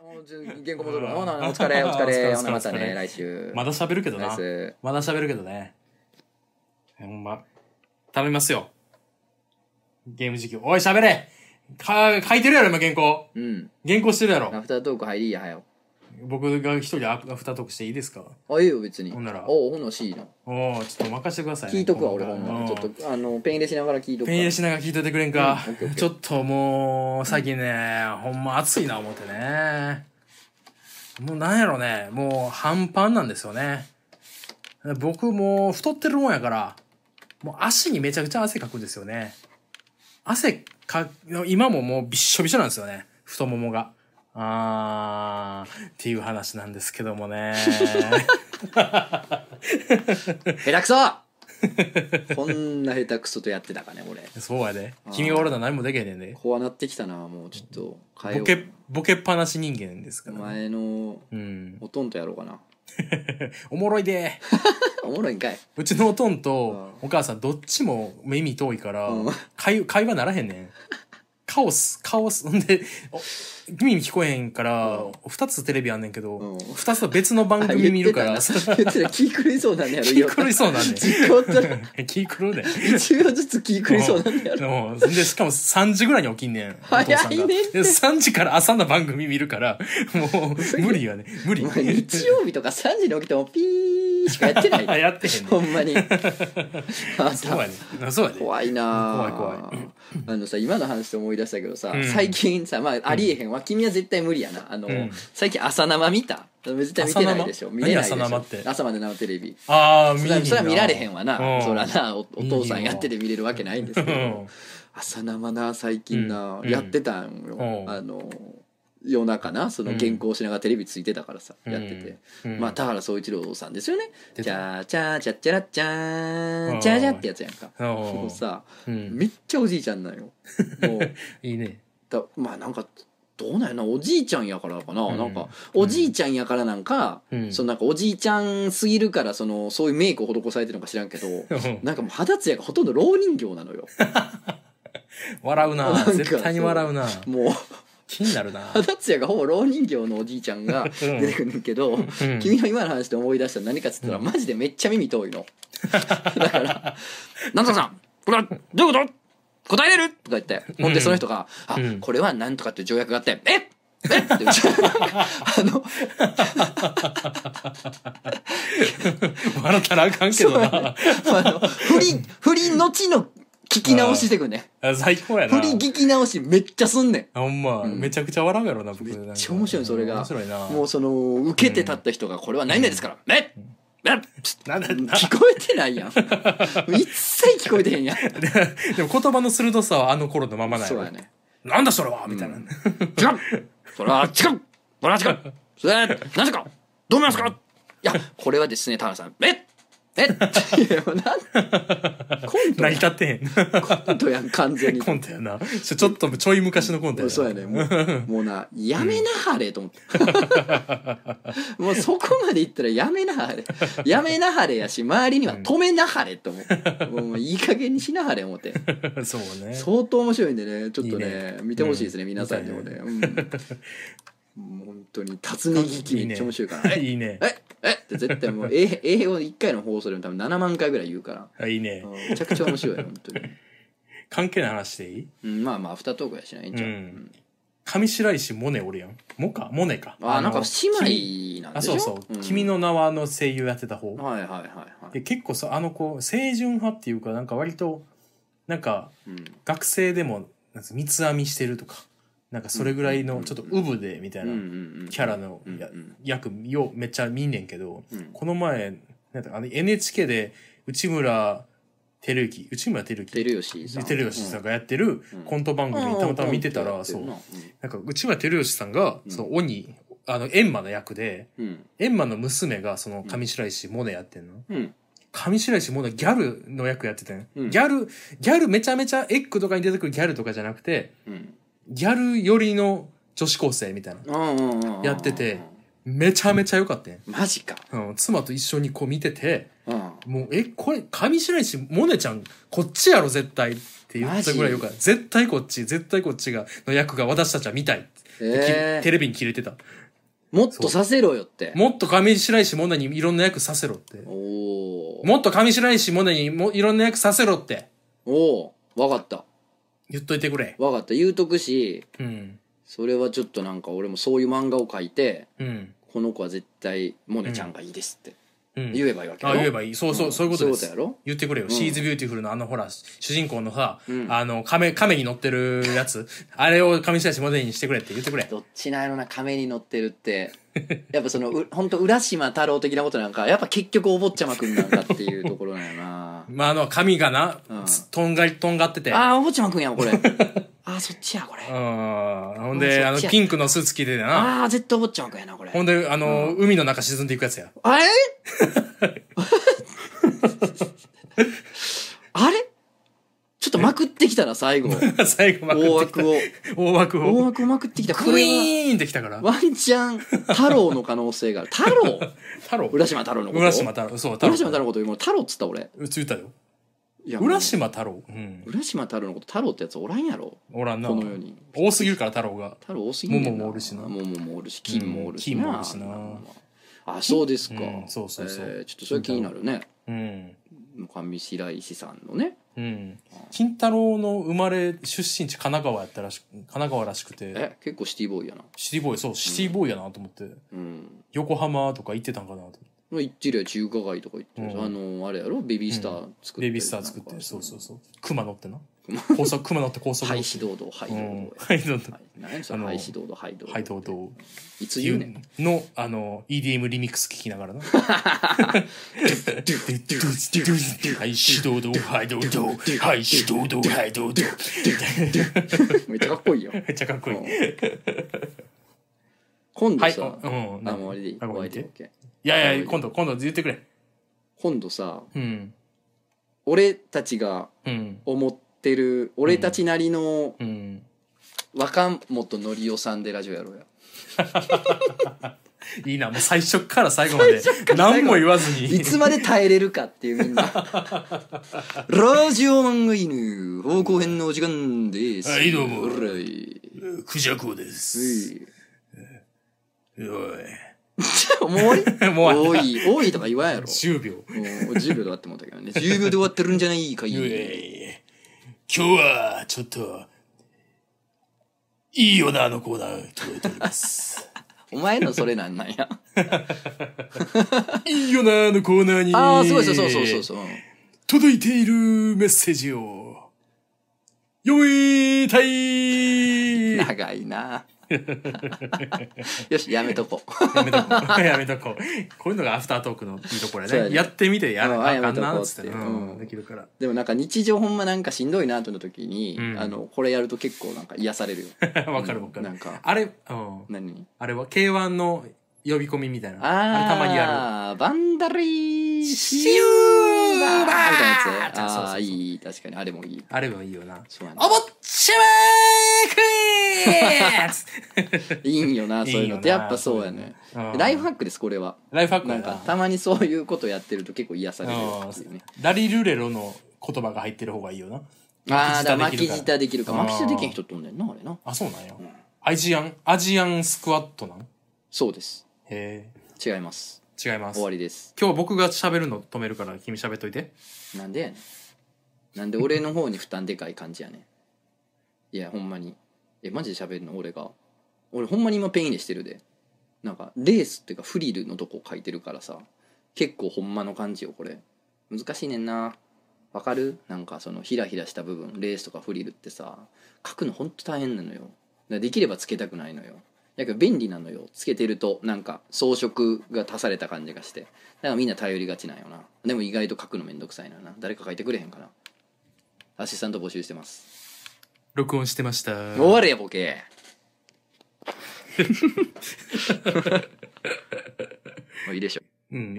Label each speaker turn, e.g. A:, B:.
A: おじゃあ原稿戻るわ。ほなお 疲れ、お疲れ。
B: お疲れ
A: ほなまた
B: お疲れ
A: ね、来週。
B: まだ喋るけど
A: ナイ
B: な。
A: ス。
B: まだ喋るけどね。ほんま。頼みますよ。ゲーム実況。おい、喋れか、書いてるやろ、今原稿。
A: うん。
B: 原稿してるやろ。
A: アフタートーク入りや、はよ。
B: 僕が一人アフタートークしていいですか
A: あ、いいよ、別に。
B: ほんなら
A: おう、ほの C の。
B: おおちょっと任せてくださいね、
A: 聞いとくわ、俺、ほ
B: うん
A: ならちょっと、あの、ペン入れしながら聞いとく
B: ペン
A: わ
B: 入れしながら聞いといてくれんか
A: うんオッケーオッケー。
B: ちょっともう、最近ね、ほんま暑いな思ってね。もうなんやろね、もう半端なんですよね。僕もう太ってるもんやから、もう足にめちゃくちゃ汗かくんですよね。汗か、今ももうびっしょびしょなんですよね。太ももが。あー、っていう話なんですけど もね。
A: 下手くそ こんな下手くそとやってたかね、俺。
B: そうやで。君がおらな何もできへんねんで。
A: 怖なってきたな、もう、ちょっと、変え
B: ボ
A: よ
B: ケ、ボケっぱなし人間ですか
A: う。
B: ら、
A: 前の、
B: うん。
A: おとんとやろうかな。
B: おもろいで。
A: おもろいんかい。
B: うちのおとんとお母さんどっちも耳遠いから
A: うん、
B: 会会話ならへんねん。カオス、カオス。んで、お耳聞こえへんから
A: うん、
B: 二つテレビあんねんけ
A: うん
B: ど、二つは別の番
A: あ
B: 組見るか
A: 言
B: ら、
A: っ
B: そ
A: てたな
B: う
A: 言ってた、気狂いそうなん やろ、
B: 気狂いそうなんねん
A: 実況ったら、
B: 気狂うねん。
A: 一秒ずつ気狂いそうなんやろ。
B: うんで、しかも3時ぐらいに起きんねん。お父さんが
A: 早いねん
B: で3時から朝の番組見るから、もう無理やね。無理
A: お。前日曜日とか3時に起きてもピーしかやって ない
B: やってへんねん。
A: ほんまに
B: そうやね。そうやね。
A: 怖いなあ
B: 怖い
A: あのさ今の話で思い出したけどさ、
B: うん
A: 最近さまあありえへんわ、君は絶対無理やなあの、
B: うん
A: 最近朝生見た絶対見てないでしょ
B: 朝生
A: 見れないでしょ
B: 何朝生って
A: 朝まで生テレビ
B: ああ、見
A: そ
B: に
A: れは
B: 行く
A: それは見られへんわな、
B: うん
A: そらなおお父さん
B: 見に
A: や
B: 行くわ
A: ってて見れるわけないんですけど
B: うん。
A: 朝生な最近な、
B: うん
A: やってたんよ、
B: うん
A: あの夜中なその原稿しながらテレビついてたからさ、やってて、
B: うん
A: まあ、田原総一郎さんですよね。
B: 出た
A: じゃあ、じゃあ、じゃあ、じゃらじゃー
B: あ
A: ん、
B: ー
A: じゃあじゃってやつやんか。
B: ああ
A: もうさ、
B: うん、
A: めっちゃおじいちゃんなん よ。もう、
B: いいね。
A: だまあなんか、どうなんやな、おじいちゃんやからかな。
B: うん
A: なんか、おじいちゃんやからなんか、
B: うん
A: そのなんかおじいちゃんすぎるから、その、そういうメイクを施されてるのか知らんけど、なんかもう肌ツヤがほとんど老人形なのよ。
B: 笑う
A: なん
B: な。
A: か
B: 絶対に笑うな。
A: もう、
B: 気になるな。
A: 肌ツヤがほぼ老人形のおじいちゃんが出てくるんだけど、
B: うん
A: 君の今の話で思い出した何かっつったら、マジでめっちゃ耳遠いのだから 「なんとかさんこれはどういうこと答えれる?」とか言ってほんでその人が「あ、
B: うん
A: これはなんとかっていう条約があってえっえっ?」って言っちゃう あの
B: 笑ったらあかんけど
A: そう
B: な。
A: あの不倫不倫のちの聞き直ししてくんね
B: あ最高やな
A: 不。倫聞き直しめっちゃすんね
B: ほんま、
A: ん
B: めちゃくちゃ笑うやろな、僕。
A: ん
B: め
A: めっちゃ面白いそれが
B: 面白いな。
A: もうその受けて立った人が「これは何々ですから、えっえっ
B: なんだ
A: 聞こえてないやん一切聞こえてへんや ん
B: でも言葉の鋭さはあの頃のままなん
A: そ
B: や
A: う
B: ろ
A: やね
B: なんだそれはみたいな。
A: 違うそれは違うそれは違うそれはなぜかどう思いますかいやこれはですね田原さんええ いやもうなんコントや
B: 成り立って
A: コントやん完全に
B: へん。コントやな。ちょちょっとちょい昔のコントやな。
A: そうやねもうも うなやめなはれと思って、もうそこまでいったらやめなはれやめなはれやし周りには止めなはれと思って、もういい加減にしなはれ思って
B: そうね。
A: 相当面白いんでねちょっとね
B: いいね
A: 見てほしいですね、
B: うん
A: 皆さんにもね、うん、もう本当に辰巳聞きめっちゃ面白いから、
B: いいね。
A: ええって絶対もう英英語1回の放送でも多分7万回ぐらい言うから
B: あいいね
A: うん。めちゃくちゃ面白いよ本当に、
B: 関係ない話でいい
A: うん、まあまあアフタートークやしないん
B: う
A: じゃん、
B: ん。上白石萌音おるやん。モかモネか。
A: ああなんか
B: の
A: 姉妹なんで
B: あ
A: しょ
B: そうそう、
A: ん
B: 君の名はの声優やってた方
A: はいはいはいはい
B: で結構そうあの子清純派っていうかなんか割となんか
A: うん
B: 学生でもなんつう三つ編みしてるとかなんかそれぐらい
A: うん
B: のちょっとウブでみたい
A: うんう
B: なん
A: うん
B: キャラの
A: うん
B: や
A: うん
B: 役ようめっちゃ見んねんけど
A: うん
B: この前なんだあの NHK で内村照之内村照之
A: 照吉さん
B: 照吉さんがやってる
A: うん
B: コント番組
A: うん
B: たまたま見てた
A: う
B: ら
A: ん
B: そう
A: うん
B: なんか内村照吉さんが
A: うん
B: その鬼あのエンマの役で
A: うん
B: エンマの娘がその上白石萌音やってんの、
A: うん
B: 上白石萌音ギャルの役やっててん、
A: うん
B: ギャルギャルめちゃめちゃエッグとかに出てくるギャルとかじゃなくて
A: うん
B: ギャル寄りの女子高生みたいな
A: うんうんうんうん
B: やっててめちゃめちゃ良かったん、
A: マジか
B: うん、妻と一緒にこう見てて
A: うん
B: もうえこれ上白石萌音ちゃんこっちやろ絶対って言ったぐらいよかった絶対こっち絶対こっちがの役が私たちは見たいって
A: え
B: テレビに切れてた。
A: もっとさせろよって。
B: もっと上白石萌奈にいろんな役させろって。
A: おー
B: もっと上白石萌奈にもいろんな役させろって
A: おーわかった。
B: 言っといてくれ。
A: わかった。言うとくし、
B: うん。
A: それはちょっとなんか俺もそういう漫画を描いて、
B: うん。
A: この子は絶対、モネちゃんがいいですって
B: うん。
A: 言えばいいわけ
B: あ、
A: よ。
B: 言えばいい。そうそう、
A: ん
B: そういうことです。
A: そういうことやろ
B: 言ってくれよ。シーズビューティフルのあのほら、主人公のさ、
A: うん
B: あの、亀、亀に乗ってるやつ、あれを上白石萌奈にしてくれって言ってくれ。
A: どっちなんやろな亀に乗ってるってやっぱそのう本当浦島太郎的なことなんかやっぱ結局お坊ちゃまくんなんだっていうところなんや な
B: まあ、あの、髪がな、
A: うん
B: つとんがり、とんがってて。
A: ああお坊ちゃまくんやんこれああそっちやこれ
B: うん。ほん
A: そっち
B: で、
A: や
B: あの、ピンクのスーツ着ててな。
A: ああ絶対お坊ちゃまくんやなこれ
B: ほんで、あの、海の中沈んでいくやつや。
A: あれあれちょっとまくってきたな最後
B: 最 後まく
A: 大
B: ってき
A: 枠を
B: た大枠
A: 大
B: を。
A: 枠をまくってきたこ
B: ク
A: れは
B: イーンってきたから。
A: ワンチャン太郎の可能性がある太郎
B: 太郎。
A: 浦島太郎のこと
B: 浦島太郎。そう、
A: 浦島太郎のこと今太郎っつった俺
B: うついたよ。
A: いや
B: 浦島太郎。うん。
A: 浦島太郎のこと太郎ってやつおらんやろ
B: おらんな
A: こ。の世に
B: 多すぎるから太郎が。
A: 太郎多すぎんねん
B: 桃もおるしな
A: 桃もおるし金もおるし
B: うん金もおるしな
A: あそうですか、
B: うんそうそうそう
A: えーちょっとそれ気になるね
B: うん。
A: 上白石さんのね
B: うん。金太郎の生まれ、出身地神奈川やったらしく、神奈川らしくて、
A: え結構シティボーイやな
B: シティボーイ、そう、シティボーイやなと思って、
A: うん
B: 横浜とか行ってたんかなと思って。
A: まあ言ってりゃ中華街とか行ってるし、
B: うん
A: あのあれやろベビースター作って
B: ベビースター作って、そうそうそう。熊乗ってな
A: 熊。
B: 高速、熊乗って高速乗
A: 廃
B: っ
A: 止
B: て。
A: 堂々廃堂々
B: うん廃堂々
A: はい何やねんそ
B: あ
A: れ
B: の
A: 廃止堂々廃堂々
B: はい、どうどう。
A: いつ言うねん
B: の、あの、EDM リミックス聞きながら な。はい、しどうどう、はい、どうどう、はい、しどうどう、はい、どうどう。
A: めっちゃかっこいいよ
B: めっちゃかっこいい。
A: うん
B: はい、
A: 今度さ、
B: うん。
A: あもうあれでいい
B: あ
A: お
B: ごめ
A: 相
B: ん
A: 手で
B: ね
A: OK
B: いやいや、今度、今度言ってくれ。
A: 今度さ
B: うん。
A: 俺たちが
B: うん。
A: 思ってる俺たちなりの
B: うん。
A: 若本のりおさんでラジオやろうや
B: いいな、もう最初から最後まで、何も言わずに。
A: いつまで耐えれるかっていうみん なラジオ漫画犬方向編のお時間です
B: はいどうも
A: ほらい
B: クジャクです。おい。
A: おいもう終わり
B: もう終わ
A: 多い多いとか言わんやろ
B: 10秒。
A: もう10秒で終わってもうたけ どね10秒で終わってるんじゃないかい
B: えい今日はちょっといいよなあのコーナー届いております
A: お前のそれなんなん や
B: いいよなあのコーナーに
A: ああそうそうそうそうそうそう
B: 届いているメッセージを読みたいや
A: 長いな よしやめとこう
B: めとこう やめとこうこういうのがアフタートークのいいところや
A: そう
B: ね
A: やね
B: やってみてやら
A: うん
B: なあか
A: やめ
B: ん
A: とこう
B: なっつって
A: って
B: うん
A: うん
B: できるから
A: でもなんか日常ほんまなんかしんどいなとの時に、
B: うん
A: あのこれやると結構なんか癒される よ
B: わかるわかる
A: なんか
B: あれうん
A: 何
B: あれは K1 の呼び込みみたいなあれ
A: あ
B: たまにやる
A: あバンダリーシューバーみたいなやつ
B: そうそうそう
A: ああーいい確かにあれもいい
B: あればいいよな。
A: そうやな
B: おぼっちま ー
A: いいんよなそういうのって
B: いいよ
A: や
B: な
A: っぱそうやね
B: そういうのうん
A: ライフハックですこれは
B: ライフハック
A: な
B: や
A: ん
B: な
A: かたまにそういうことやってると結構癒されるっていうね
B: ダリルレロの言葉が入ってる方がいいよな。
A: ああーだから巻
B: 巻き
A: き
B: 舌
A: 舌
B: で
A: で
B: き
A: き
B: る
A: る
B: か
A: から巻き舌できん人とんねんなあれな
B: あ、そうなんや。アジアン、アジアンスクワットなん
A: そうです
B: へ
A: 違います
B: え。違います。
A: 終わ
B: 今
A: りです
B: 日僕が喋るの止めるから君喋っといて。
A: なんでやねんなんで俺の方に負担でかい感じやねんいやほんまにえマジで喋るの俺が俺ほんまに今ペン入れしてるでなんかレースっていうかフリルのとこ書いてるからさ結構ほんまの感じよこれ難しいねんなわかるなんかそのヒラヒラした部分レースとかフリルってさ書くのほんと大変なのよだからできればつけたくないのよだけど便利なのよつけてるとなんか装飾が足された感じがしてだからみんな頼りがちなんよなでも意外と書くのめんどくさいなな誰か書いてくれへんかなアシスタント募集してます
B: 録音してました。
A: 終われやボケもういいでしょ
B: うん。